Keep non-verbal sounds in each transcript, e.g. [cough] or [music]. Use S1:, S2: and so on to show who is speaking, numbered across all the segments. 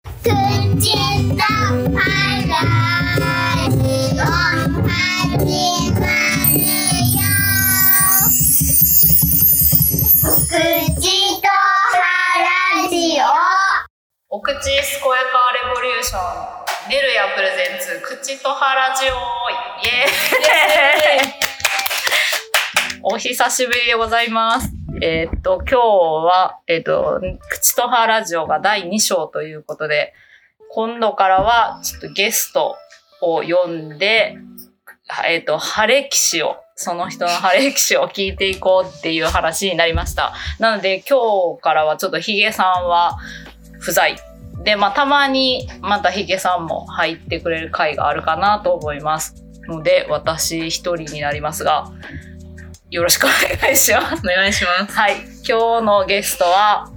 S1: くじとはらいをはじまるよくじとはらじを
S2: お口健やかレボリューションネルヤプレゼンツ口と腹ジオイエーイ [laughs] お久しぶりでございます。えーっと、今日は、えーっと、口と腹ラジオが第2章ということで、今度からは、ちょっとゲストを呼んで、えーっと、晴れ騎士を、その人の晴れ騎士を聞いていこうっていう話になりました。なので、今日からはちょっとヒゲさんは不在。で、まあ、たまにまたヒゲさんも入ってくれる回があるかなと思います。ので、私一人になりますが、よろしくお願いします。
S3: お願いします。
S2: はい、今日のゲストは、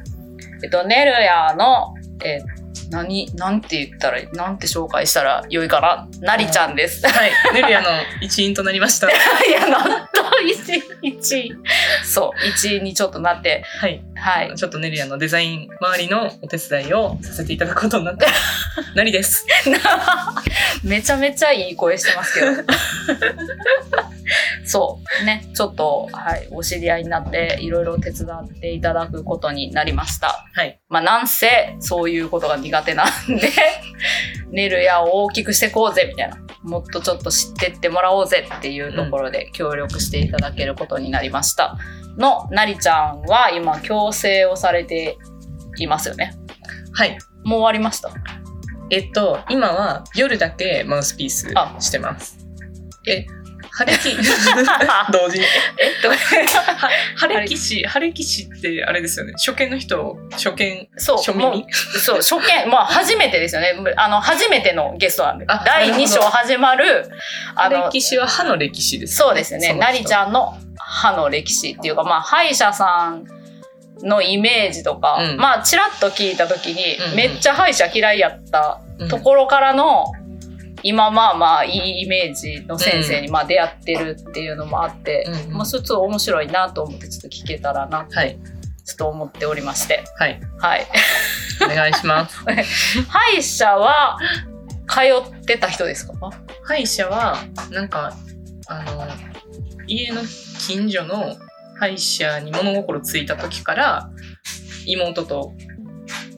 S2: えっと、ネルヤの、えー何、なんて言ったら、なんて紹介したら良いかな、なりちゃんです。
S3: はい、ネルヤの一員となりました。はい
S2: [laughs] や、なんと、1位、1位。そう、1位にちょっとなって、
S3: い、
S2: はい、
S3: ちょっとネルヤのデザイン周りのお手伝いをさせていただくことになった。なりです。
S2: めちゃめちゃいい声してますけど。 [laughs] そう、ね、ちょっと、はい、お知り合いになって、いろいろ手伝っていただくことになりました。
S3: はい、
S2: まあ、なんせ、そういうことが苦手なんで、 [laughs] ネルヤを大きくしてこうぜ、みたいな。もっとちょっと知ってってもらおうぜっていうところで協力していただけることになりました。の、なりちゃんは今、矯正をされていますよね。
S3: はい、
S2: もう終わりました。
S3: えっと、今は夜だけマウスピース
S2: あ
S3: してます。
S2: え
S3: え、晴
S2: [laughs]
S3: れ騎同時に。
S2: えっと、
S3: は晴れ騎士、晴れ騎士ってあれですよね。初見の人、初見、
S2: [laughs] そう、
S3: 初
S2: も
S3: 耳
S2: う、そう、初見、まあ、初めてですよね。あの、初めてのゲストなんで。
S3: あ
S2: 第
S3: なる
S2: 2
S3: ほど
S2: 章始まる、あ
S3: 晴れ
S2: の、
S3: 騎士は歯の歴史です。
S2: そうですよね。
S3: その
S2: な
S3: 人
S2: りちゃんの歯の歴史っていうか、まあ、歯医者さんのイメージとか、
S3: うん
S2: まあ、ちらっと聞いた時に、
S3: うんうん
S2: めっちゃ歯医者嫌いやった
S3: うん
S2: ところからの、今まあまあいいイメージの先生にまあ出会ってるっていうのもあって、
S3: うんうん
S2: まあ、それちょっと面白いなと思ってちょっと聞けたらな
S3: はい、
S2: ちょっと思っておりまして
S3: はい、
S2: はい
S3: お願いします。
S2: 歯医者は通ってた人ですか
S3: 歯医者はなんかあの家の近所の歯医者に物心ついた時から妹と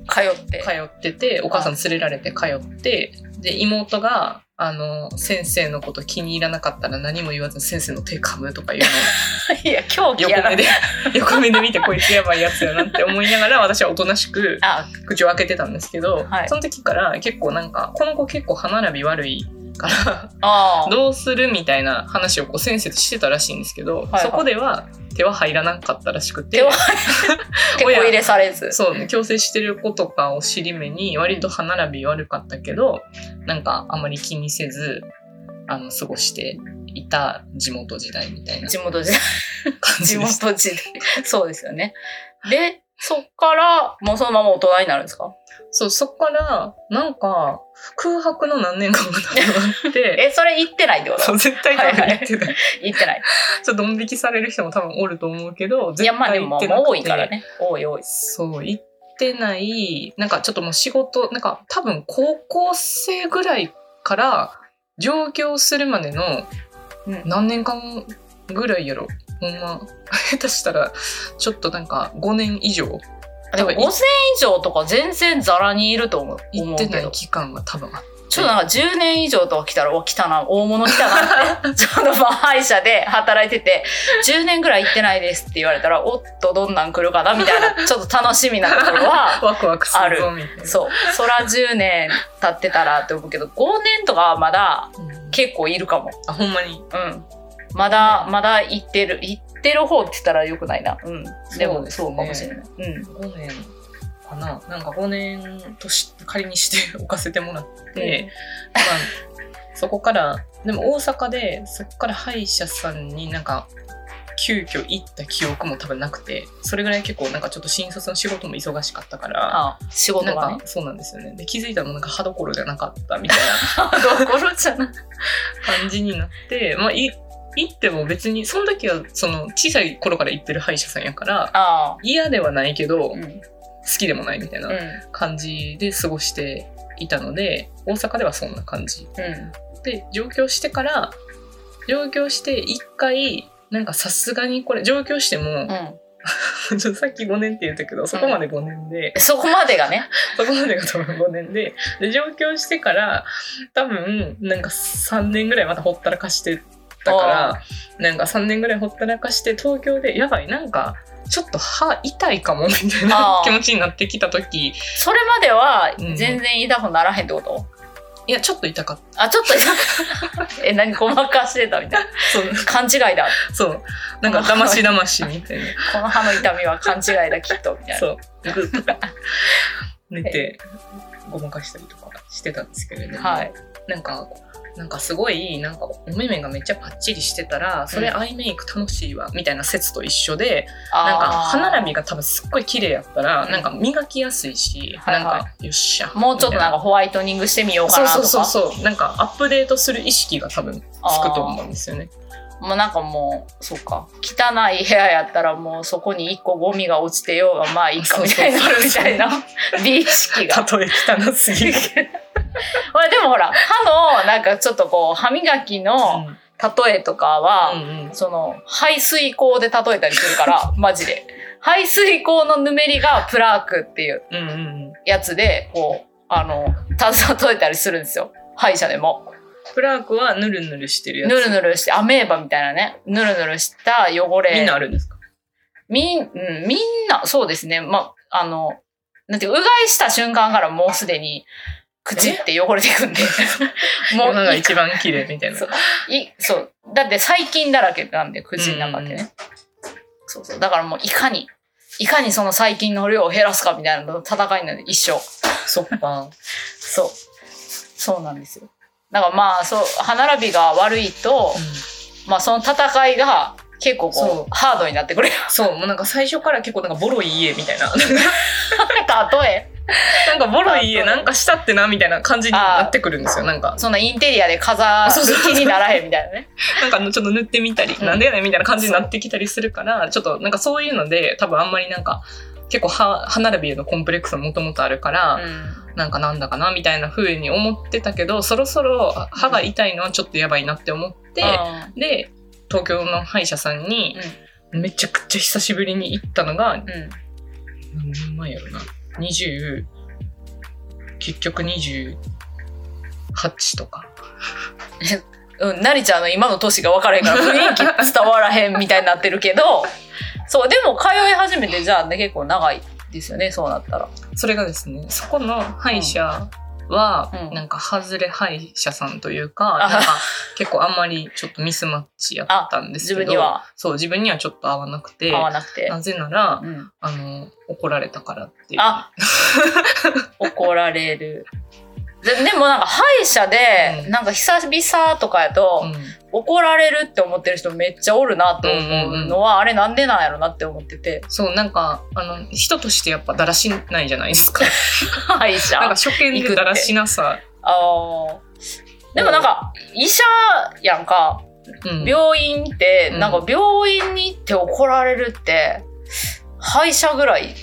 S2: 通って
S3: 通っててお母さんに連れられて通ってで妹があの先生のこと気に入らなかったら何も言わず先生の手噛むとかいうのを
S2: いや狂気 [laughs] やな
S3: 横目で横目で見てこいつやばいやつやなって思いながら私はおとなしく
S2: あ
S3: 口を開けてたんですけど、
S2: はい
S3: その時から結構なんかこの子結構歯並び悪いから
S2: あ
S3: どうするみたいな話をこう先生としてたらしいんですけど、
S2: はい
S3: そこでは手は入らなかったらしくて
S2: 手は手こ入れされず
S3: [laughs] そう矯正してる子とかを尻目に割と歯並び悪かったけどなんかあまり気にせずあの過ごしていた地元時代みたい
S2: [laughs]
S3: な
S2: 地元時代
S3: 感
S2: 地
S3: じです。
S2: 元時代。そうですよね。で、そっから、もうそのまま大人になるんですか
S3: そうそこからなんか空白の何年間かなくなって
S2: [laughs] え、それ行ってないってこと
S3: そう絶対多分言ってない、
S2: 行ってない。
S3: ちょっとドン引きされる人も多分おると思うけど
S2: い
S3: 絶
S2: や、まあで
S3: 対
S2: も、
S3: 言ってなくて
S2: 多いからね。多い多い。
S3: そう、行ってない、なんかちょっともう仕事、なんか多分高校生ぐらいから上京するまでの
S2: うん
S3: 何年間ぐらいやろ。ほんま、 [laughs] 下手したらちょっとなんか5年以上
S2: でも、
S3: 多分
S2: 5000以上とか全然ザラにいると思う。
S3: 行
S2: 思
S3: っ
S2: うけ
S3: て
S2: ど
S3: ない期間が多分あっ
S2: ちょっとなんか10年以上とか来たら、お、来たな、大物来たなって。ちょうどまあ歯医者で働いてて、10年ぐらい行ってないですって言われたら、おっと、どんなん来るかなみたいな、ちょっと楽しみなところは
S3: た。 [laughs] ワクワクするぞみたいな。
S2: そう。そら10年経ってたらって思うけど、5年とかはまだ
S3: うん
S2: 結構いるかも。
S3: あ、ほんまに。
S2: うん。まだ、まだ行ってる。行ってる方って言ったらよくないな。うん。でも、そ
S3: そうですね
S2: うかもしれない。うん。
S3: 5年かな。なんか5年とし、仮にして [laughs] 置かせてもらって、まあ、そこからでも大阪でそこから歯医者さんになんか急遽行った記憶も多分なくてそれぐらい結構なんかちょっと新卒の仕事も忙しかったから。
S2: ああ仕
S3: な
S2: 事
S3: ん
S2: がね
S3: か。そうなんですよねで気づいたらもうなんか歯どころじゃなかったみたいな
S2: どころじゃない。
S3: 感じになって、 [laughs] まあ、い行っても別にその時はその小さい頃から行ってる歯医者さんやから
S2: ああ。
S3: 嫌ではないけど
S2: うん。
S3: 好きでもないみたいな
S2: う
S3: 感じで過ごしていたので大阪ではそんな感じ
S2: うん。
S3: で上京してから上京して一回なんかさすがにこれ上京しても
S2: う、ん。
S3: ちょっとさっき5年って言ったけどそこまで5年で、
S2: そこまでがね。
S3: そこまでが多分5年でで上京してから多分なんか3年ぐらいまたほったらかしてたからなんか3年ぐらいほったらかして東京でやばいなんかちょっと歯痛いかもみたいな
S2: あー
S3: 気持ちになってきた時
S2: それまでは
S3: うん
S2: 全然痛くならへんってこと、
S3: いやちょっと痛かった
S2: あ、ちょっと痛
S3: [laughs]
S2: く、え、何ごまかしてたみたいな。
S3: そう
S2: 勘違いだ。
S3: そうな
S2: [laughs]
S3: んかだましだましみたいな
S2: この歯の痛みは勘違いだ、きっと。みたいな。
S3: そう
S2: [laughs]
S3: グーとか寝てごまかしたりとかしてたんですけれども、
S2: はい。
S3: なんか、なんかすごい、なんかお目目がめっちゃパッチリしてたら、それアイメイク楽しいわ、みたいな説と一緒で、なんか歯並び
S2: が。
S3: が多分すっごい綺麗やったら、
S2: うん
S3: なんか磨きやすいし、
S2: はいはい
S3: なんかよっしゃ。
S2: もうちょっとなん
S3: か、
S2: かホワイトニングしてみようか
S3: そう
S2: なと
S3: そう
S2: か。
S3: そうそう、なんかアップデートする意識が多分つくと思うんですよね。
S2: もうなんかもう、そうか。汚い部屋やったらもうそこに一個ゴミが落ちてようがまあいいかみたいになるみたいな。美意識
S3: た
S2: が。
S3: とえ汚す
S2: [laughs]
S3: ぎる。
S2: まあでもほら、歯のなんかちょっとこう、歯磨きの
S3: うん
S2: 例えとかは、
S3: うんうん
S2: その、排水口で例えたりする
S3: [laughs]
S2: から、マジで。排水口のぬめりがプラークっていう
S3: うんうんうん
S2: やつで、こう、あの、た例えたりするんですよ。歯医者でも。
S3: プラークはぬるぬるしてるやつ。
S2: ぬるぬるして、アメーバみたいなね、ぬるぬるした汚れ。
S3: みんなあるんですか
S2: みん、うんみんな、そうですね。まあ、あの、なんていう、うがいした瞬間からもうすでに、口って汚れていくんで。 [laughs] も
S3: も
S2: う
S3: うが
S2: い
S3: 一番綺麗みたいな。
S2: そうい、そう。だって細菌だらけなんで、口の中ってね。そうそう。だからもういかに、いかにその細菌の量を減らすかみたいなのと戦いなんで、一生。
S3: そっか。
S2: そう。そうなんですよ。だからまあ、そう、歯並びが悪いと、
S3: うん
S2: まあその戦いが結構
S3: そ
S2: こう、ハードになってくれる。 [laughs]
S3: そう、もうなんか最初から結構なんかボロい家みたい [laughs] な。
S2: 例え。
S3: なんかボロい家なんかしたってなみたいな感じになってくるんですよ。なんか、
S2: そんなインテリアで飾
S3: そうそうそう
S2: る気にならへんみたいなね。
S3: なんかあのちょっと塗ってみたり、
S2: うん
S3: なんでやねんみたいな感じになってきたりするから、ちょっとなんかそういうので、多分あんまりなんか、結構歯歯並びへのコンプレックスもともとあるから、なんかなんだかなみたいな風に思ってたけど、そろそろ歯が痛いのはちょっとやばいなって思って、で、東京の歯医者さんに、めちゃくちゃ久しぶりに行ったのが、
S2: うん、うん、
S3: 何年前やろな20結局28とか
S2: うん、なりちゃんの今の年が分からへんから雰囲気伝わらへんみたいになってるけど、
S3: [laughs]
S2: そう、でも通い始めてじゃあね、結構長いですよね、そうなったら。
S3: それがですねそこの歯医者は、
S2: うん
S3: なんか外れ歯医者さんというか,、
S2: あ
S3: なんか結構あんまりちょっとミスマッチやったんですけ
S2: 自
S3: ど
S2: 分には
S3: そう自分にはちょっと合わなくて
S2: 合わなくて。
S3: なぜなら
S2: うん、
S3: あの怒られたからっていう [laughs]
S2: あ怒られる。ででもなんか歯医者で、
S3: うん
S2: なんか久々とかやと、
S3: うん
S2: 怒られるって思ってる人めっちゃおるなと思うのは、あれなんでなんやろなって思ってて
S3: そうなんかあの人としてやっぱだらしないじゃないですか
S2: 歯医者
S3: なんか初見でだらしなさ、
S2: ああ。でもなんか、医者やんか、
S3: うん
S2: 病院って、
S3: うん
S2: なんか病院に行って怒られるって、歯医者ぐらい。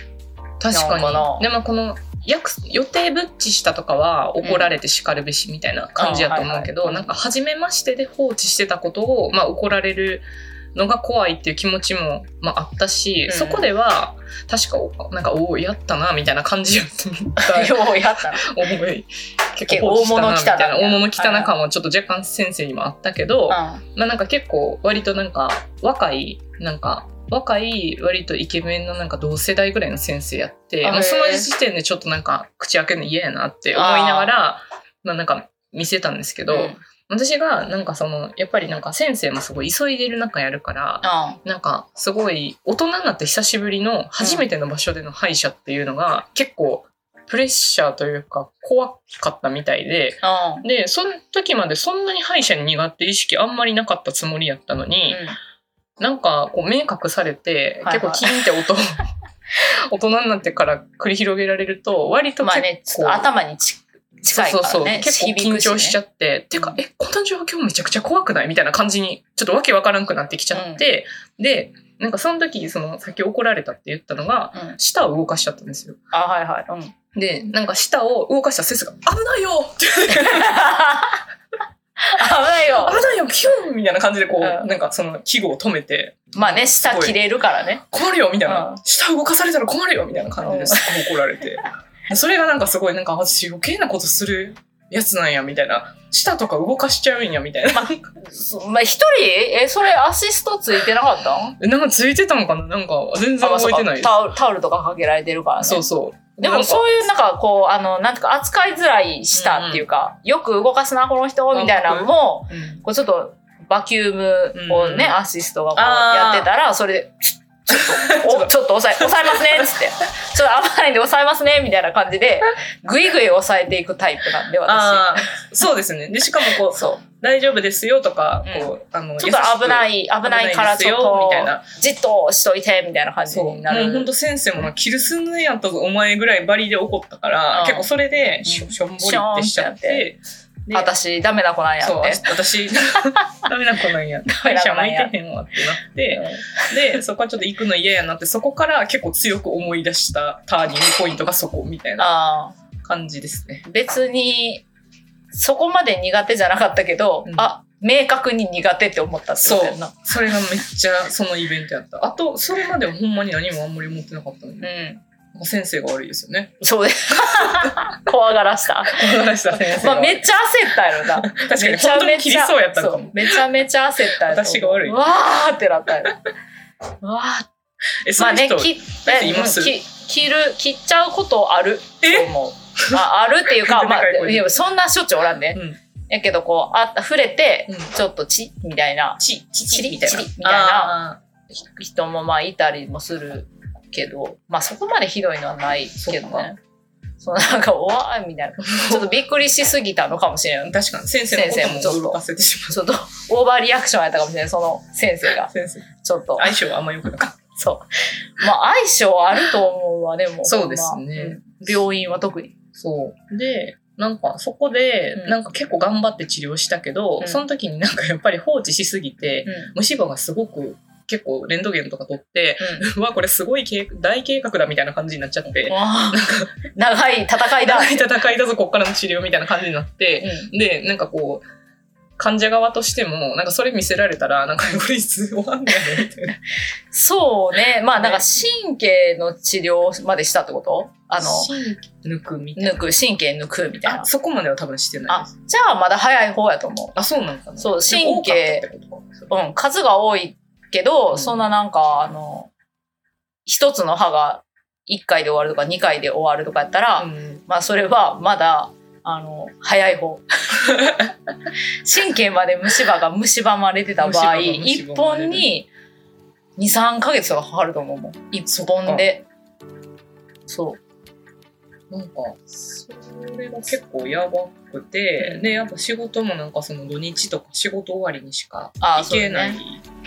S3: 確かに
S2: なのかな
S3: でもこの約予定ぶっちしたとかは怒られてしかるべしみたいな感じやと思うけど、
S2: うんあーはいはい
S3: なんか初めましてで放置してたことを、まあ、怒られるのが怖いっていう気持ちも、まあ、あったし、
S2: うん
S3: そこでは確かおなんかおおやったなみたいな感じやった
S2: ようや [laughs] ったな。
S3: 思い結
S2: 結
S3: 構
S2: 構
S3: 放置した
S2: 大物来たな
S3: なみたいな大物来た
S2: はいは
S3: ない感もちょっと若干先生にもあったけど、まあ、なんか結構割となんか若いなんか若い割とイケメンのなんか同世代ぐらいの先生やって
S2: あへ
S3: もう
S2: ー
S3: その時点でちょっとなんか口開けるの嫌やなって思いながらまあなんか見せたんですけど、
S2: うん。うん。
S3: 私がなんかそのやっぱりなんか先生もすごい急いでる中やるからなんかすごい大人になって久しぶりの初めての場所での歯医者っていうのが結構プレッシャーというか怖かったみたいで、
S2: うん。
S3: で、その時までそんなに歯医者に苦手意識あんまりなかったつもりやったのに、なんかこう明確されて、
S2: はいはい
S3: 結構キンって音を [laughs] 大人になってから繰り広げられると、割と
S2: うん。ま
S3: 結
S2: あね、ち
S3: 構、
S2: ょっと頭にち近い
S3: そう
S2: か
S3: そうそ
S2: ら
S3: う、
S2: ね。
S3: 結構緊張しちゃ
S2: っ
S3: って、てか、え、この状況めちゃくちゃ怖くないみたいな感じに、ちょっとわけわからんくなってきちゃって、で、なんかその時、その、さっき怒られたって言ったのが、
S2: た。うん。
S3: 舌を動かしちゃったんですよ。
S2: [laughs] あ、はいはい。うん。
S3: で、なんか舌を動かしたセスが、危ないよって
S2: 危ないよ
S3: 危ないよキュンみたいな感じでこう、
S2: うん
S3: なんかその記号を止めて、
S2: まあね、下切れるからね。
S3: 困るよみたいな、
S2: うん
S3: 舌動かされたら困るよみたいな感じ
S2: うん
S3: ですごい怒られて。それがなんかすごい、なんか私余計なことするやつなんやみたいな。舌とか動かしちゃうんやみたいな。 [laughs]
S2: そまあ一人、え、それアシストついてなかったん
S3: なんかついてたのかななんか全然
S2: あまあそ
S3: 覚
S2: う
S3: え
S2: か
S3: てないです。
S2: タオルタオルとかかけられてるからね。
S3: そうそう。
S2: でもそういうなんかこう、あの、なんとか扱いづらい舌っていうか、よく動かすな、この人、みたいなのも、
S3: う、うん、
S2: こうちょっと、バキュームをね、
S3: うん
S2: アシストがこ
S3: あ
S2: う
S3: ー
S2: やってたら、それで、ちょ [laughs] ちょっと、おちょっと押さえ、押さえますねっつって、 [laughs] ちょっと危ないんで押さえますねみたいな感じで、ぐいぐい押さえていくタイプなんで、私。
S3: ああ、そうですね。で、しかもこう、
S2: そう。
S3: 大丈夫ですよとか、
S2: うん
S3: こう、あの、。
S2: ちょっと危ないい、危ないからちょっ
S3: 危ないですよみ
S2: と
S3: たいな、
S2: じっとしといて、みたいな感じ
S3: そう。も
S2: に
S3: う
S2: なる。
S3: 本当先生もな、キルすんのやんとお前ぐらいバリで怒ったから、
S2: うん
S3: 結構それでし
S2: う
S3: ょ、
S2: ん
S3: しょんぼりってしちゃって、で
S2: 私、ダメな子なんやって。
S3: そう、私、ダメな子なん
S2: [laughs]
S3: や。
S2: メ
S3: 会
S2: な
S3: 社
S2: 子な
S3: 向
S2: ん
S3: い
S2: や
S3: てへんわってなって、で、そこはちょっと行くの嫌やなって、そこから結構強く思い出したターニングポイントがそこみたいな
S2: あ
S3: 感じですね。
S2: ー別に、そこまで苦手じゃなかったけど、
S3: うん
S2: あ、明確に苦手って思ったってことやんな。
S3: それがめっちゃそのイベントやった。あと、それまではほんまに何もあんまり思ってなかったのに、
S2: う
S3: なん
S2: ん。
S3: か先生が悪いですよね。 [laughs]
S2: そうです。怖がらした。
S3: わかりました先生が
S2: まあ、めっちゃ焦ったやろな。
S3: 確かに本当に切りそうやったのかも。
S2: めちゃめちゃそうめちゃめちゃ焦ったやろ
S3: 私が悪い
S2: わーってなった
S3: [laughs]
S2: やろ。わーって。
S3: え、そ
S2: まあ
S3: の
S2: ね、
S3: 人、
S2: 切
S3: だっています
S2: うんき切る、切っちゃうことある。と
S3: え
S2: 思う。ああるっていう
S3: [laughs]
S2: か、
S3: で
S2: ま
S3: か
S2: あ、
S3: い声で
S2: いやそんなしょっちゅうおらんね。
S3: うん
S2: やけど、こう、あ触れて
S3: うん、
S2: ちょっとチッみたいな
S3: チチ
S2: チリ
S3: みたいな。
S2: チリみたいな
S3: あ
S2: 人もまあいたりもするけど、まあそこまでひどいのはないけどね。そうなんか、おわーみ
S3: [laughs]
S2: たいな。ちょっとびっくりしすぎたのかもしれ
S3: ー。
S2: ん。
S3: 確かに、先生のことも驚かせてしま
S2: ちょっと、オーバーリアクションやったかもしれない、その先生が
S3: う。。先生、
S2: ちょっと。
S3: 相性はあんま良く
S2: [laughs]
S3: なかっ
S2: そう。まあ相性あると思うわ、でも。
S3: た。そうですね。
S2: まあ。うん病院は特に。
S3: そう。で、なんかそこで、
S2: うん
S3: なんか結構頑張って治療したけど、
S2: うん
S3: その時になんかやっぱり放置しすぎて、
S2: うん
S3: 虫歯がすごく結構レントゲンとか取って、 [laughs] うわ、これすごい計大計画だみたいな感じになっちゃって、
S2: わあ長い戦いだ。
S3: [laughs] 長い戦いだぞ、こっからの治療みたいな感じになって、
S2: うん
S3: で、なんかこう、患者側としても、なんかそれ見せられたら、なんかより終わんだよね、みたいな。
S2: そうね。まあ、な
S3: ね
S2: んか神経の治療までしたってことあ
S3: [laughs]
S2: の、
S3: 抜くみたいな。
S2: 抜く、神経抜くみたいな
S3: あ、。そこまでは多分してない
S2: あ
S3: です。、
S2: じゃあまだ早い方やと思
S3: あ、そうなんかな。
S2: そう神経
S3: 多かったってこと
S2: う。
S3: か
S2: うん、数が多いけど、
S3: うん
S2: そんななんか、あの、一つの歯が1回で終わるとか2回で終わるとかやったら、
S3: うん
S2: まあ、それはまだ、あの、早い方。神経まで虫歯が虫歯まれてた場合、
S3: 虫
S2: 1
S3: 歯が蝕まれる
S2: 本に2、3ヶ月とかかかると思うもん。1本で。そう。
S3: なんか、それが結構やばくて、で、やっぱ仕事もなんかその土日とか仕事終わりにしか
S2: あ
S3: 行けない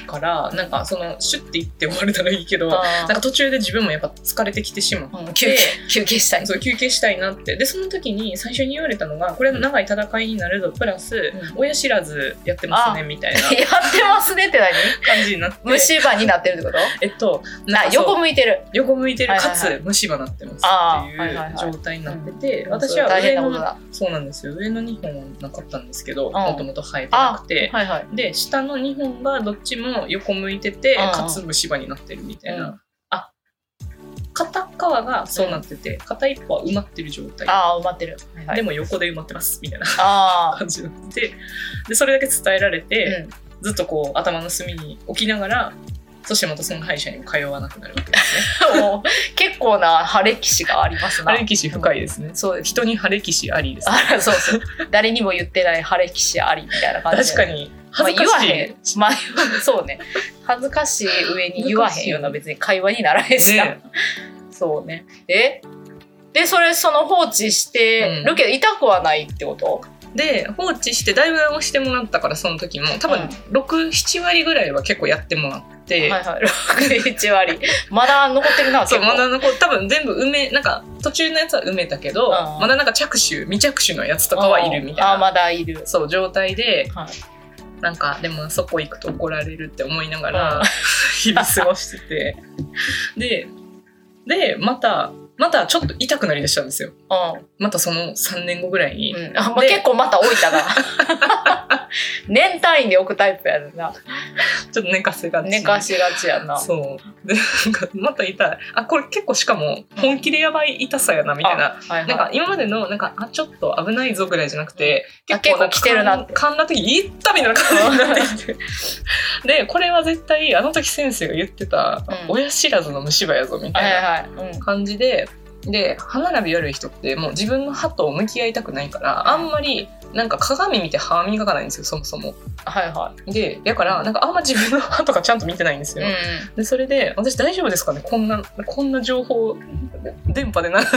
S3: から、なんかその、シュッて行って終われたらいいけど、なんか途中で自分もやっぱ疲れてきてしまう。
S2: うん休憩、休憩したい。 [laughs]
S3: そう休憩したいなってでその時に最初に言われたのがこれは長い戦いになるぞプラス、
S2: う
S3: 親知らずやってますね
S2: あ
S3: みたいな
S2: やってますねって何
S3: 感じ
S2: [laughs]
S3: になって
S2: 虫歯になってるってこと
S3: [laughs] えっと
S2: あ、
S3: そう
S2: 横向いてる。
S3: 横向いてる
S2: はいはい
S3: か
S2: はい
S3: つ虫歯なってます
S2: あ
S3: っ
S2: ーはいはいは
S3: て
S2: い
S3: いう状態になってて私
S2: そ
S3: は
S2: れ大
S3: 上
S2: 変なこと
S3: の
S2: だ。
S3: そうなんですよ上の2本はなかったんですけど
S2: ん
S3: もともと生えてなくて
S2: はいはい。
S3: で下の2本がどっちも横向いてて
S2: うんうん
S3: かつ虫歯になってるみたい
S2: うん
S3: な片側がそうなってて片一方は埋まってる状態
S2: ああ、埋まってる。はいはい
S3: でも横で埋まってますみたいな [laughs]
S2: あ
S3: 感じになっててでそれだけ伝えられ
S2: あ、う
S3: て
S2: ん。
S3: ずっとこう頭の隅に置きながらそしてまたその歯医者にも通わなくなるわけですね。
S2: もう結構な歯歴史があります
S3: 歯
S2: な。
S3: 歴史深いですね。
S2: そうです。
S3: 人に歯歴史ありですね。
S2: あら、そうそう。誰にも言ってない歯歴史ありみたいな感じで。
S3: 確かに恥ず
S2: ま
S3: か
S2: あ、
S3: しい、
S2: 言わへん。まあ、 [laughs] そうね。恥ずかしい上に言わへんような別に会話にならへんしな。
S3: ね
S2: そうね。えで、それ、その放置してるけど、痛くはないってこと、
S3: で放置してだいぶ押してもらったからその時も多
S2: う
S3: 分
S2: ん
S3: 67割ぐらいは結構やってもらって、
S2: はいはい。6、1割。まだ残ってるな、
S3: そう
S2: 結構
S3: まだ残多分全部埋めなんか途中のやつは埋めたけど、
S2: うん
S3: まだなんか着手未着手のやつとかはいるみたい
S2: あ
S3: な、
S2: あ、まだいる。
S3: そう状態で
S2: はい
S3: なんかでもそこ行くと怒られるって思いな [laughs] がら、
S2: うん
S3: 日々過ごしててででまたまたちょっと痛くなりだしたんですよ。
S2: う
S3: またその3年後ぐらいに。
S2: ん。うん。あまあ、結構また置いたな。
S3: [laughs]
S2: 年単位で置くタイプやんな。
S3: ちょっと寝かせがち。
S2: 寝かしがちやな。
S3: そう。で、なんかまた痛い。あ、これ結構しかも本気でやばい痛さやな、みたいな。
S2: はいはい。
S3: なんか今までの、なんか、あ、ちょっと危ないぞぐらいじゃなくて、
S2: うんあ結構来てるなって
S3: 噛んだ時、いったみたいな感じになってきて。で、これは絶対、あの時先生が言ってた、
S2: うん
S3: 親知らずの虫歯やぞ、みた
S2: はい
S3: ない
S2: はい。うん。
S3: 感じで、で、歯並び悪い人って、もう自分の歯と向き合いたくないから、あんまり、なんか鏡見て歯磨かないんですよ、そもそも。
S2: はいはい。
S3: で、だから、なんかあんま自分の歯とかちゃんと見てないんです
S2: う
S3: よ。
S2: んうん。
S3: でそれで私大丈夫ですかねこんなこんな情報電波で
S2: [laughs]
S3: な
S2: いや、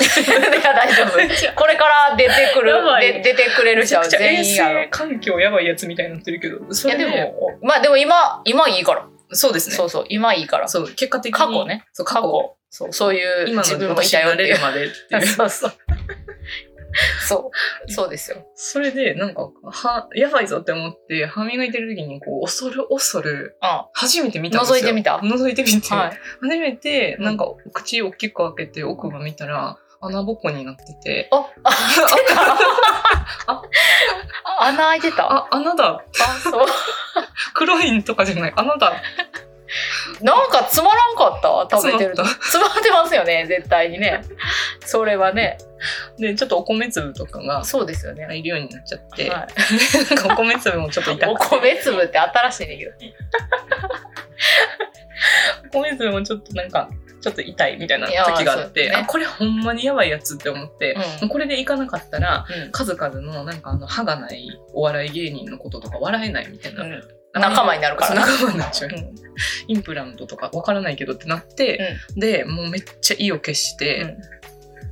S2: 大丈
S3: [laughs]
S2: 夫。これから出てくる
S3: やば、い
S2: で出てくれる
S3: め
S2: [laughs] 人
S3: ちゃ
S2: は
S3: くちゃ衛
S2: 全員やろ。
S3: 生
S2: い
S3: 環境やばいやつみたいになってるけどそ
S2: や、
S3: れ
S2: で
S3: で
S2: も、まあでも今、今いいから。
S3: そうですね
S2: そうそう、今いいから。
S3: そう結果的に
S2: 過去ね。
S3: そう過
S2: 過
S3: 去
S2: 去。そう、そういう
S3: 今
S2: 自
S3: の
S2: 分もい
S3: 私
S2: た
S3: に
S2: よっ
S3: な
S2: て
S3: れ
S2: いう
S3: る。までってい
S2: [laughs]
S3: う
S2: そうそう。そう、そうですよ。
S3: それでなんかはやばいぞって思って歯磨いてる時にこう恐る恐る
S2: うん。
S3: 初めて見たんですよ
S2: 覗いてみた
S3: 覗いてみて、
S2: はい。
S3: 初めて
S2: うん
S3: なんか口大きく開けて奥歯見たら穴ぼこになってて
S2: あ、あ、開いてた。穴開いてた。あ、
S3: あ穴だ
S2: そう。
S3: 黒いんとかじゃない穴だ
S2: なんかつまらんかった食べてる
S3: と
S2: と。つまってますよね、絶対にね。それはね。
S3: でちょっとお米粒とかが
S2: そうですよね。
S3: 入るようになっちゃって、
S2: はい
S3: なんかお米粒もちょっと痛
S2: [laughs]
S3: く
S2: お米粒って新しいねんだけど。
S3: お米粒もちょっとなんかちょっと痛いみたいない
S2: や
S3: 時があって、
S2: そうね
S3: あこれほんまにやばいやつって思って、
S2: う
S3: もうこれでいかなかったら
S2: うん
S3: 数々のなんかあの歯がないお笑い芸人のこととか笑えないみたいな、
S2: うん仲間になるからな
S3: そう仲間になっちゃう、インプラントとかわからないけどってなって、でもうめっちゃ意を決して、
S2: うん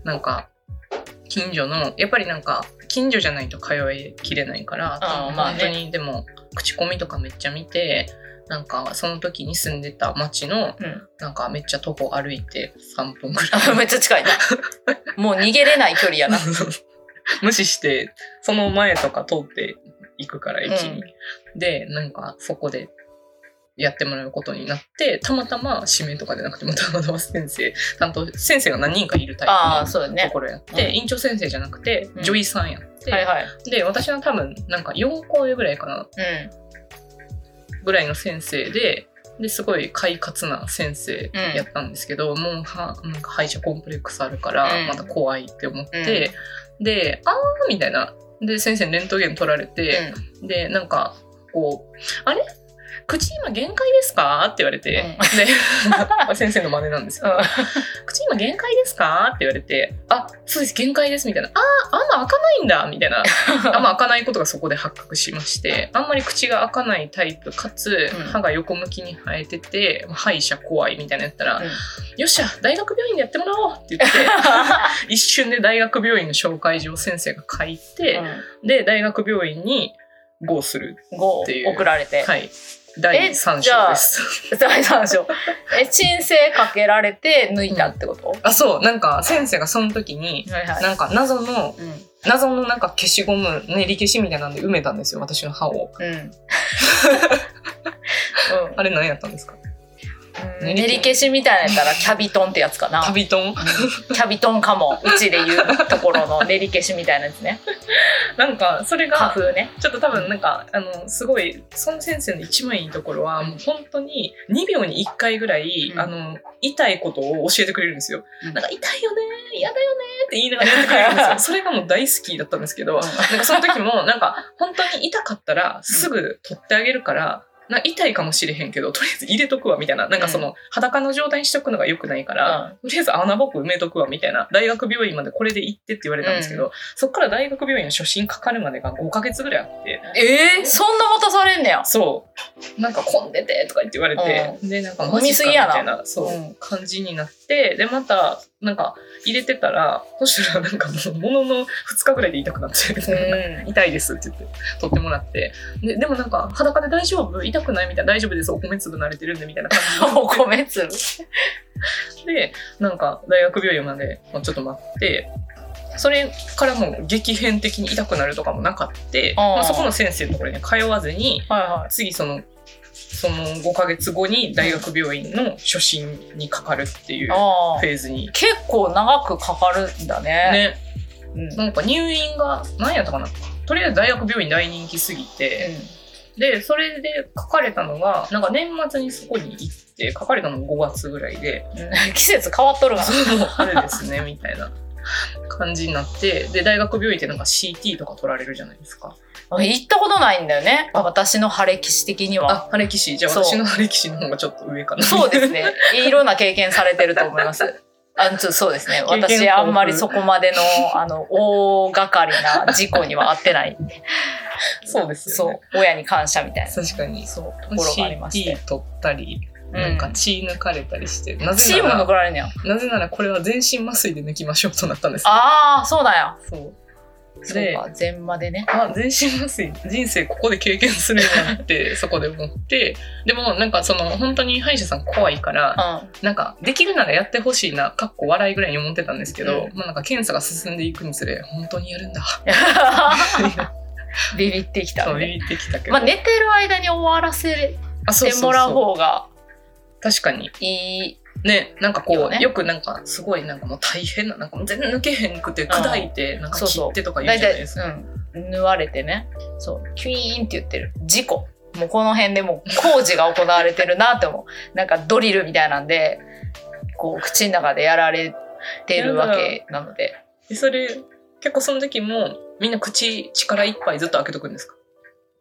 S3: なんか近所のやっぱりなんか近所じゃないと通いきれないから
S2: あー
S3: 多分
S2: まあ
S3: 本
S2: ね
S3: 当にでも口コミとかめっちゃ見てなんかその時に住んでた町の
S2: うん
S3: なんかめっちゃ徒歩歩いて3分ぐ
S2: [laughs] あ
S3: ら
S2: め
S3: い
S2: っちゃ近いな。もう逃げれない距離やな。
S3: [laughs] 無視してその前とか通っていくから駅に、
S2: う
S3: でなんかそこでやってもらうことになってたまたま指名とかじゃなくてもたまたま先生担当先生が何人かいるタイプの
S2: ああ、そうだ
S3: と
S2: ね。
S3: ころやって、
S2: うん
S3: 院長先生じゃなくて、
S2: うん
S3: 女医さんやって、
S2: はいはい。
S3: で私は多分なんか4校上ぐらいかな
S2: う
S3: ぐらいの先生でですごい快活な先生やったんですけど、もうはなんか歯医者コンプレックスあるから、
S2: うん
S3: また怖いって思って、で「あー」みたいなで先生にレントゲン取られて、
S2: ん。
S3: でなんかこう「あれ口今限界ですか?」って言われて、でまあ [laughs] 先生の真似なんですけど
S2: うん
S3: 口今限界ですか?」って言われて「あそうです限界です」みたいな「ああんま開かないんだ」み [laughs] たいなあんま開かないことがそこで発覚しましてあんまり口が開かないタイプかつ
S2: うん
S3: 歯が横向きに生えてて歯医者怖いみたいなやったら「
S2: うん
S3: よっしゃ大学病院でやってもらおう」って [laughs] 言って一瞬で大学病院の紹介状を先生が書いて、で大学病院に合する
S2: うん。五
S3: っていう
S2: 送られて。
S3: はい第3
S2: じゃ
S3: 章
S2: あ
S3: です。
S2: 第三章。え、申請かけられて抜いたってこと、
S3: [laughs] あそうなんか先生がその時に
S2: はいはい。
S3: なんか謎の
S2: うん。
S3: 謎のなんか消しゴム練り消しみたいなんで埋めたんですよ私の歯を [laughs]
S2: うん。うん
S3: あれ何やったんですか [laughs]
S2: うん練り消しみたいなやったらキャビトンってやつかな。
S3: 旅トン
S2: うんキャビトンかも。うちで言うところの練り消しみたいなやつね。
S3: なんかそれ
S2: 花
S3: が
S2: 風ね。
S3: ちょっと多分なんかあのすごいその先生の一番いいところはもう本当に2秒に1回ぐらい、
S2: うん
S3: あの痛いことを教えてくれるんですよ、
S2: うん
S3: なんか痛いよね嫌だよねって言いながらやってくれる
S2: [laughs]
S3: んですよそれがもう大好きだったんですけど、なんかその時もなんか本当に痛かったらすぐ取ってあげるから、なんか痛いかもしれへんけどとりあえず入れとくわみたいななんかその裸の状態にしとくのが良くないから、とりあえず穴ぼこ埋めとくわみたいな大学病院までこれで行ってって言われたんですけど、そっから大学病院の初診かかるまでが5ヶ月ぐらいあって。
S2: えー、そんな待たされんねや。
S3: そうなんか混んでてとか言って言われて、でなんかマジかみたいなそう、
S2: うん
S3: 感じになってでまたなんか入れてたらそしたらなんかもうものの2日ぐらいで痛くなって
S2: うん
S3: [laughs] 痛いですって言って取ってもらってででもなんか裸で大丈夫痛くないみたいな大丈夫ですお米粒慣れてるんでみたいな感
S2: お米粒。
S3: じでなんか大学病院までもうちょっと待ってそれからもう激変的に痛くなるとかもなかって
S2: あー
S3: まあ、そこの先生のところに通わずに
S2: はいは
S3: 次そのその5ヶ月後に大学病院の初診にかかるっていうフ
S2: あー
S3: ェーズに。
S2: 結構長くかかるんだね。
S3: ね、
S2: うん
S3: なんか入院が何やったかなとりあえず大学病院大人気すぎて、でそれで書かれたのがなんか年末にそこに行って書かれたのが5月ぐらいで
S2: うん [laughs] 季節変わっとるがな。
S3: そう春ですねみたいな感じになってで大学病院ってなんか CT とか取られるじゃないですか
S2: 行ったことないんだよね。私の晴れ騎士的には。
S3: あ晴れ騎士じゃあ
S2: そう
S3: 私の晴れ騎士の方がちょっと上かな
S2: そうですね。いろんな経験されてると思います。あちょそうですね。
S3: 経
S2: 私、
S3: 験豊富
S2: あんまりそこまでの、あの、大掛かりな事故には遭ってない。
S3: [laughs] そうですよ
S2: そ
S3: ね
S2: う。親に感謝みたいな。
S3: 確かに
S2: そう、ところがありまして。
S3: CT 取ったりなんか血抜かれたりして、な
S2: チ
S3: ぜ
S2: ームも
S3: なら
S2: 残られんねや。
S3: なぜならこれは全身麻酔で抜きましょうとなったんです
S2: ああ、そうだよ。
S3: そう
S2: そう
S3: で
S2: か、全麻でね。
S3: あ全身麻酔人生ここで経験するようになってそこで思ってでもなんかその本当に歯医者さん怖いから
S2: うん。
S3: なんかできるならやってほしいなかっこ笑いぐらいに思ってたんですけど、
S2: う
S3: まあなんか検査が進んでいくにつれ本当にやるん
S2: [laughs]
S3: だ
S2: [laughs] ビビってきた
S3: と
S2: ね。
S3: 言ってきたけど、
S2: まあ、寝てる間に終わらせ
S3: あそ
S2: てもらう
S3: う
S2: 方が
S3: 確かに
S2: いい。
S3: ねなんかこう
S2: よ
S3: よ,、
S2: ね
S3: くなんかすごいなんかもう大変ななんかもう全然抜けへんくて砕いてなんか切ってとか言
S2: 大
S3: うじゃない
S2: 体、
S3: ですか
S2: うん、縫われてね。そう、キュイーンって言ってる。事故。もうこの辺でもう工事が行われてるなって思う。 [laughs] なんかドリルみたいなんで、こう、口の中でやられてるわけなので。
S3: でそれ結構その時もみんな口力いっぱいずっと開けとくんですか、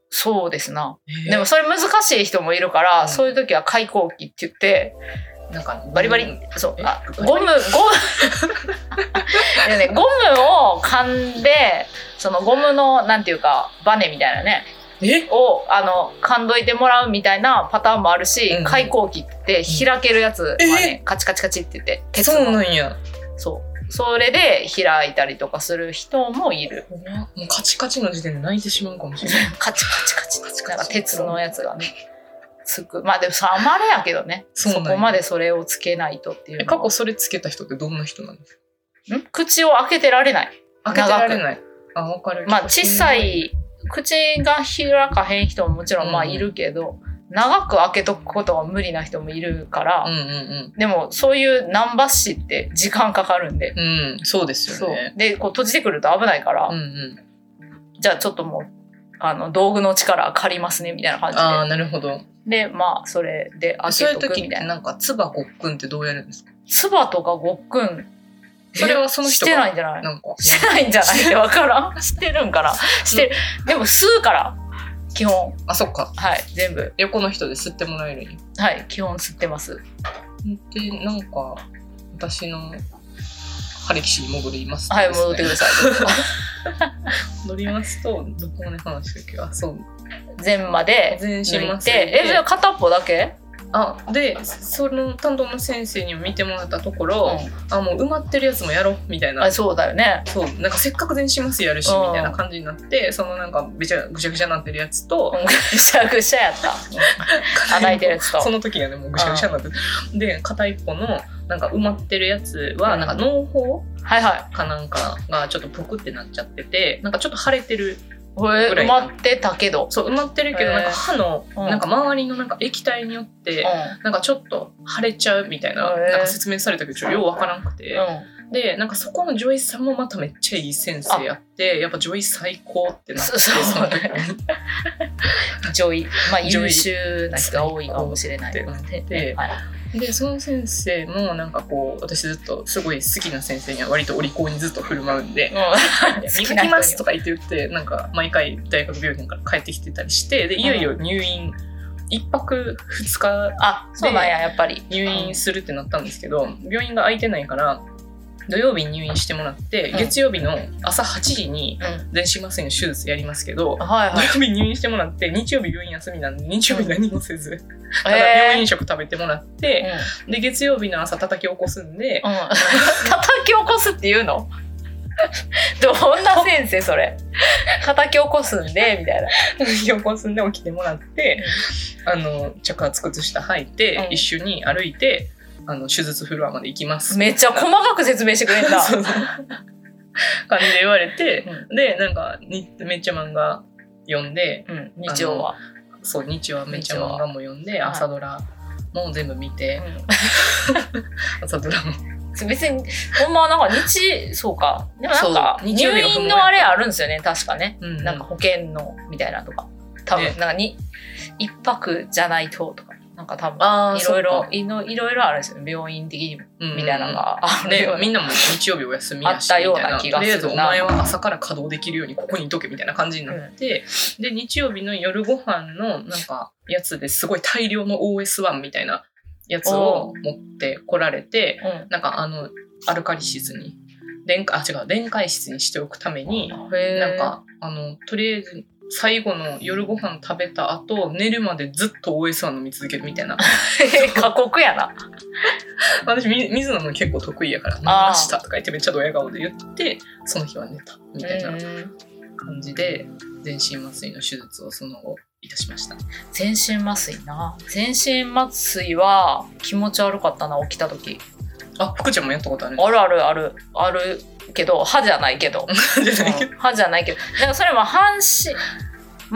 S2: そうですな。で
S3: で
S2: も
S3: も
S2: それ難しい人もいるから、
S3: うん
S2: そういう時は開口器って言って、
S3: なんか
S2: バリバリ、
S3: うん
S2: そう
S3: え、
S2: あ、ゴム、 [laughs] ゴム、
S3: バ
S2: でね、ゴムを噛んで、そのゴムの、なんていうか、バネみたいなね、
S3: え
S2: をあの噛んどいてもらうみたいなパターンもあるし、
S3: うん
S2: 開口器って開けるやつはね、カチカチカチって言って鉄
S3: そうな
S2: の
S3: んや
S2: そうそれで開いたりとかする人もいる
S3: もうカチカチの時点で泣いてしまうかもし
S2: [laughs]
S3: れない
S2: カチカチカチ
S3: カチ
S2: なんか
S3: カチ
S2: 鉄のやつがねつくまあでもさあまれやけどね
S3: そう
S2: そ
S3: なんや
S2: こまでそれをつけないとっていう
S3: え
S2: のは
S3: 過去それつけた人ってどんな人なんですか
S2: ん口を開けてられない
S3: 開けてられないあわかる
S2: まあ小さい口が開かへん人ももちろんまあ
S3: うん
S2: いるけど、長く開けとくことは無理な人もいるから、
S3: うんうん
S2: でもそういう難波師って時間かかるんで。
S3: うんうんそうです
S2: そ
S3: よ
S2: う
S3: ね
S2: でこう閉じてくると危ないから、
S3: うんうん
S2: じゃあちょっともうあの道具の力借りますねみたいな
S3: ああ
S2: 感
S3: なるほど
S2: じででまあそれで開
S3: そうい
S2: け
S3: う
S2: とく
S3: 時っ
S2: みた
S3: て
S2: いな
S3: なんかつばごっくんってどうやるんですか
S2: 唾とかごっくん
S3: それはその人
S2: して
S3: が
S2: ないんじゃない
S3: なんか
S2: してないんじゃないって分からん [laughs] してるんかなしてるでも吸うから基本
S3: あそっか
S2: はい全部
S3: 横の人で吸ってもらえるんや
S2: はい基本吸ってます
S3: でなんか私のハレキシに戻りますと
S2: はい
S3: ですね
S2: 戻ってくださ [laughs] いどうぞ
S3: 戻りますとどこまで話したっけあそう
S2: 全麻で
S3: 全身
S2: 抜い
S3: 麻酔
S2: てえじゃあ片っぽだけ、
S3: あでその担当の先生にも見てもらったとこ
S2: う
S3: ろ、
S2: ん、
S3: あもう埋まってるやつもやろうみたいな
S2: あそうだよね
S3: そうなんかせっかく全身麻酔やるし
S2: うん
S3: みたいな感じになってそのなんかべちゃぐちゃぐちゃになってるや
S2: [laughs]
S3: つと
S2: うんぐしゃぐしゃやった。あ泣いてるやつと
S3: [laughs] その時がねもうぐちゃぐちゃになってるで片一方のなんか埋まってるやつは
S2: うん
S3: なんか脳胞
S2: はいは
S3: かなんかがちょっとぷくってなっちゃっててなんかちょっと腫れてる
S2: い。
S3: ぐら
S2: 埋
S3: い
S2: まってたけど。
S3: そう埋まってるけど
S2: へー
S3: なんか歯の
S2: うん
S3: なんか周りのなんか液体によって
S2: う
S3: なんかちょっと腫れちゃうみたいな
S2: へー
S3: なんか説明されたけどちょっとようわからなくて
S2: ん。う
S3: でなんかそこの女医さんもまためっちゃいい先生やってやっぱ女医最高ってなって
S2: そうそう
S3: の時に
S2: ん。上位。まあ
S3: 上位
S2: 優秀な人が多いかもしれない。
S3: ってなって
S2: はい
S3: でその先生もなんかこう私ずっとすごい好きな先生には割とお利口にずっと振る舞うんで
S2: う
S3: 「
S2: ん。
S3: 磨きます」と
S2: か。
S3: か言って言ってなんか毎回大学病院から帰ってきてたりしてでいよいよ入院1泊2日
S2: あ、そうなんや、やっぱり。
S3: 入院するってなったんですけど病院が空いてないから土曜日に入院してもらって
S2: うん
S3: 月曜日の朝8時に
S2: うん。
S3: 全身麻酔の手術やりますけど
S2: はい
S3: 土
S2: はい。
S3: 曜日に入院してもらって日曜日病院休みなんで日曜日何もせずただ病
S2: え
S3: 院食食べてもらってで月曜日の朝叩き起こすんで
S2: うん。うん。 [laughs] 叩き起こすって言うのどんな先生そ
S3: [laughs]
S2: れ叩き起こすんでみたいな
S3: 叩き起こすんで起きてもらってあの着圧靴下履いて
S2: うん
S3: 一緒に歩いてあの手術フロアまで行きます
S2: めっちゃ細かく説明してくれんだ
S3: [laughs] そうそう感じで言われて
S2: う
S3: でなんかにめっちゃ漫画読んで
S2: ん、うん、日曜は
S3: そう日曜はめっちゃ漫画も読んで
S2: 曜
S3: 朝ドラも全部見て、朝ドラも
S2: そう別に、ほんまはなんか日、そうか。でもなんか、
S3: そう日曜
S2: 入
S3: 日の不毛
S2: 院のあれあるんですよね、確かね。
S3: うんうん
S2: なんか保険の、みたいなとか。多分、
S3: ね
S2: なんかに、一泊じゃないと、とか。なんか多分、
S3: あ
S2: いろいろ、いのいろいろあるんですよね。病院的にも、みたいなのがある
S3: で
S2: ような
S3: みんなも日曜日お休み
S2: あ
S3: や
S2: っ
S3: した
S2: ような
S3: みたい
S2: 気がするな
S3: とりあえずお前は朝から稼働できるようにここにいとけみたいな感じになって、で日曜日の夜ご飯のなんかやつですごい大量の OS1 みたいなやつを持ってこられてなんかあのアルカリ質に電解あ違う電解質にしておくために
S2: うん。へー
S3: なん、かあのとりあえず最後の夜ご飯食べた後寝るまでずっと OS1 飲み続けるみたいな
S2: [laughs] 過酷やな。
S3: 私み水飲むの結構得意やから「飲みました」とか言ってめっちゃドヤ顔で言ってその日は寝たみたいな
S2: うん
S3: 感じで全身麻酔の手術をその後いたしました
S2: 全身麻酔な。全身麻酔は気持ち悪かったな、起きた時。
S3: あ福ちゃんもやったことあるん
S2: あるあるある、あるけど、歯じゃないけど。
S3: じゃないけど
S2: 歯じゃないけどなんかそれも半身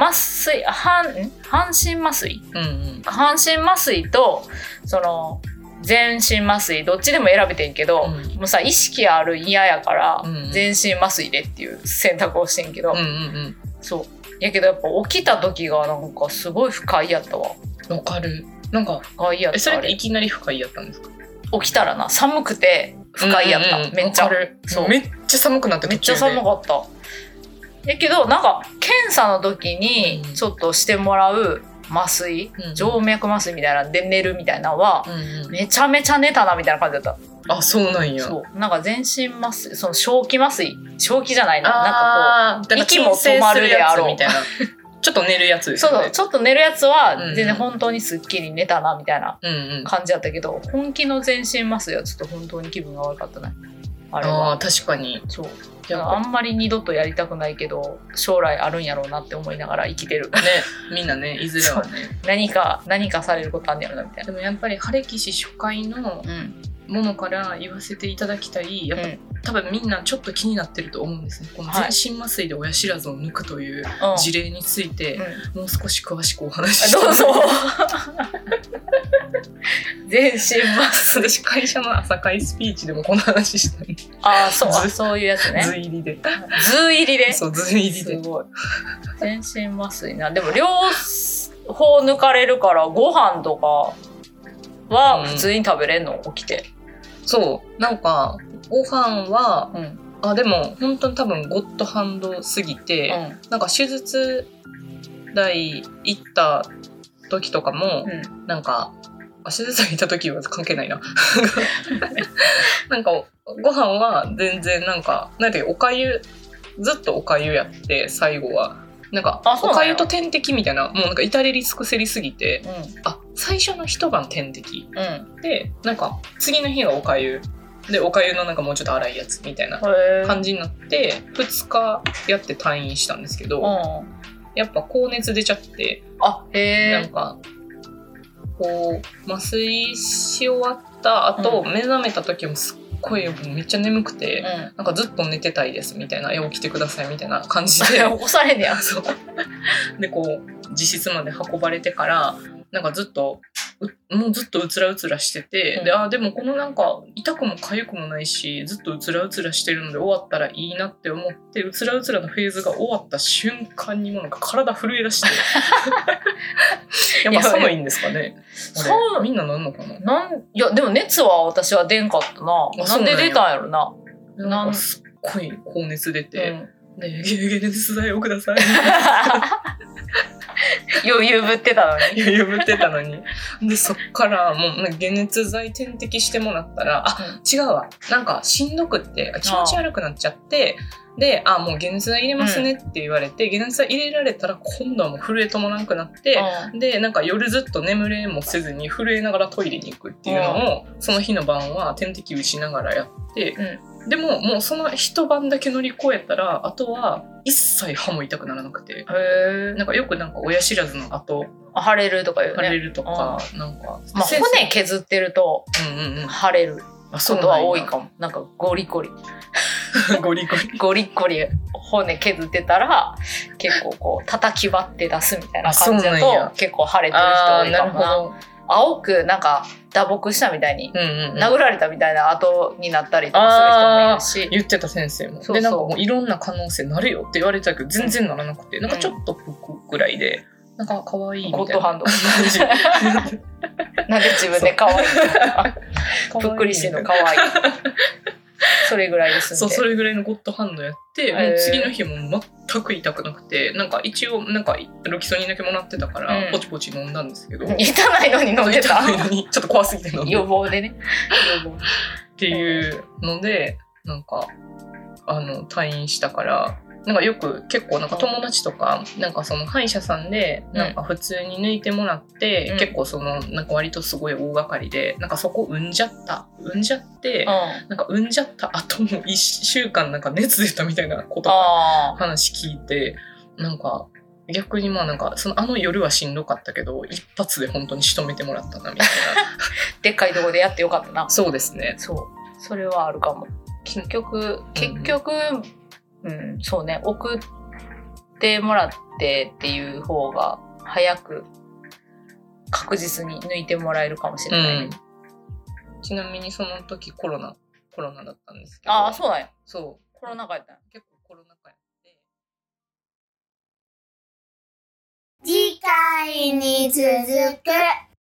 S2: 麻酔半ん半身麻酔
S3: うんうん
S2: 半身麻酔とその全身麻酔どっちでも選べてんけど、
S3: うん
S2: もうさ意識ある嫌やから、
S3: うんうん
S2: 全身麻酔でっていう選択をしてんけど、
S3: うんうん
S2: そうやけどやっぱ起きた時がなんかすごい不快やったわ
S3: うんわかるなんか
S2: 不快やっ
S3: え
S2: た
S3: それ
S2: あ
S3: って
S2: れ
S3: いきなり不快やったんですか
S2: 起きたらな寒くて不快やった、
S3: うんうんうん
S2: めっちゃ
S3: わかる
S2: そう
S3: めっちゃ寒くなって
S2: めっちゃ寒
S3: か
S2: かった。やけどなんか検査の時に
S3: うん
S2: ちょっとしてもらう麻酔、
S3: うん
S2: 静脈麻酔みたいなんで寝るみたいなのは、
S3: うんうん
S2: めちゃめちゃ寝たなみたいな感じだっ
S3: あそうなん
S2: た。
S3: や
S2: そうなんか全身麻酔その正気麻酔正気じゃないななんか
S3: あーだから
S2: 息も止まるであろう
S3: 鎮静するやつみたいなちょっと寝るやつ
S2: こ
S3: で
S2: う
S3: す
S2: そう [laughs] そ
S3: よ
S2: う
S3: ね
S2: ちょっと寝るやつは
S3: うんうん
S2: 全然本当にすっきり寝たなみたいな
S3: うんうん
S2: 感じだったけど、本気の全身麻酔はちょっと本当に気分が悪かったねあれ
S3: あ
S2: は
S3: あ確かに
S2: そう
S3: やっぱ
S2: あんまり二度とやりたくないけど将来あるんやろうなって思いながら生きてる [laughs]
S3: ね、みんなね、いずれはね。
S2: 何か何かされることあんねやろなみたいな。
S3: でもやっぱり、晴れ騎士初回の
S2: うん、
S3: ものから言わせていただきたい、やっぱ、
S2: うん
S3: 多分みんなちょっと気になってると思うんですね。この
S2: はい
S3: 全身麻酔で親知らずを抜くという事例について、
S2: う
S3: もう少し詳しくお話
S2: ん
S3: しして
S2: どうぞ [laughs] 全身麻酔
S3: 私会社の朝会スピーチでもこの話したの、
S2: ああそうあ
S3: ず
S2: そういうやつね
S3: 図入りで
S2: 図入りで
S3: そう図入り
S2: す
S3: で
S2: ごい全身麻酔なでも両方抜かれるからご飯とかは普通に食べれんの起きて、
S3: そうなんかご飯は
S2: うん
S3: あでも本当に多分ゴッドハンドすぎて、
S2: う
S3: なんか手術台行った時とかも、
S2: ん
S3: なんか、あ手術台行った時は関係ない [laughs] な。なんか、ご飯は全然なんか、なんていうかおかゆ、ずっとおかゆやって、最後は。なんか
S2: あそう
S3: お
S2: なん
S3: か
S2: や
S3: ゆと点滴みたいな、もうなんか至れり尽くせりすぎて、
S2: うん
S3: あ、最初の一晩点滴。
S2: うん
S3: で、なんか、次の日がおかゆ。で、おかゆのなんかもうちょっと粗いやつみたいな
S2: へえ
S3: 感じになって、2日やって退院したんですけど、
S2: うん
S3: やっぱ高熱出ちゃって、
S2: あへ
S3: なん
S2: え
S3: か、こう、麻酔し終わった後、
S2: う
S3: 目覚めた時もすっごいめっちゃ眠くて、
S2: う
S3: なんかずっと寝てたいですみたいな、え、起きてくださいみたいな感じ
S2: ん [laughs]
S3: で、
S2: 起こされんねや
S3: そう。 [laughs] で、こう、自室まで運ばれてから、なんかずっと、うもうずっとうつらうつらしてて、
S2: うん
S3: で、あ、でもこのなんか、痛くも痒くもないし、ずっとうつらうつらしてるので終わったらいいなって思って、うつらうつらのフェーズが終わった瞬間にもうなんか体震え
S2: [laughs]
S3: 出して。やっぱ寒いんですかね。
S2: そう
S3: あれみんななんのかな
S2: なんいやでも熱は私は出んかったな
S3: あ
S2: な
S3: そうんなん
S2: で
S3: や
S2: 出たんやろななん
S3: なんかすっごい高熱出
S2: う
S3: て、
S2: ん
S3: で、ゲゲゲ熱剤をください。
S2: 余裕ぶってたのに
S3: 余裕ぶってたのに。で、そっからもう、なんか解熱剤点滴してもらったら、あ、違うわ。なんかしんどくって、あ気持ち悪くなっちゃって、で、あ、もう解熱剤入れますねって言われて、解熱剤入れられたら今度はもう震え止まらなくなって、で、なんか夜ずっと眠れもせずに震えながらトイレに行くっていうのを、その日の晩は点滴打ちながらやって、でももうその一晩だけ乗り越えたら、あとは一切歯も痛くならなくて、
S2: へえ
S3: なんかよくなんか親知らずの後、
S2: 腫れるとか言う
S3: 腫れ
S2: ね、
S3: るとか、なんか、
S2: まあ、
S3: 先
S2: 骨削ってると
S3: 生うんうんうん、
S2: 腫れる
S3: あ
S2: ことは多いかもなんかゴリゴリ
S3: ゴリゴリ。
S2: ゴリゴリ骨削ってたら結構こう叩き割って出すみたいな感じ
S3: あ
S2: だ
S3: そうなんや
S2: と結構晴れてる
S3: あ
S2: 人
S3: あー、
S2: 多い
S3: な
S2: か
S3: る
S2: も
S3: ほ
S2: な
S3: ど。
S2: 青くなんか打撲したみたいに、
S3: うんうん、うん。
S2: 殴られたみたいな跡になったりとかする人もいるし
S3: 言ってた先生
S2: そ
S3: も。
S2: うそう
S3: で、なんかもういろんな可能性なるよって言われてたけど、全然ならなくて、なんかちょっとぷくぐらいで、なんか可愛いみたいな。
S2: ゴッドハンド
S3: 感じ。
S2: なんで自分で可愛い
S3: 可愛いみたい
S2: ぷ
S3: な
S2: っくりしてんの可愛いそれぐらいですんで
S3: そう、それぐらいのゴッドハンドやって、もう次の日も全く痛くなくて、なんか一応、なんかロキソニンだけもらってたから、
S2: うん
S3: ポチポチ飲んだんですけど、
S2: 痛ないのに飲んでた
S3: [laughs] 痛いのにちょっと怖すぎて飲んで
S2: 予防でね予防
S3: っていうので、なんか、あの、退院したから、なんかよく結構なんか友達とか、なんかその歯医者さんで、
S2: うん
S3: なんか普通に抜いてもらって、
S2: うん
S3: 結構その、なんか割とすごい大掛かりで、なんかそこ産んじゃった、産んじゃっ
S2: う
S3: て、
S2: ん
S3: なんか産んじゃった後も1週間なんか熱出たみたいなこと
S2: ああ
S3: 話聞いて、なんか、逆にまあなんか、そのあの夜はしんどかったけど、一発で本当に仕留めてもらったなみた
S2: [laughs]
S3: いな。
S2: でっかいとこでやってよかったな
S3: そうですね。
S2: そうそれはあるかも結局結局、うんそうね送ってもらってっていう方が早く確実に抜いてもらえるかもしれない、ね
S3: うん、ちなみにその時コロナコロナだったんですけど
S2: ああそうなんや
S3: そう
S2: コロナ禍やったんや
S3: 結構コロナ禍やって
S1: 次回に続く。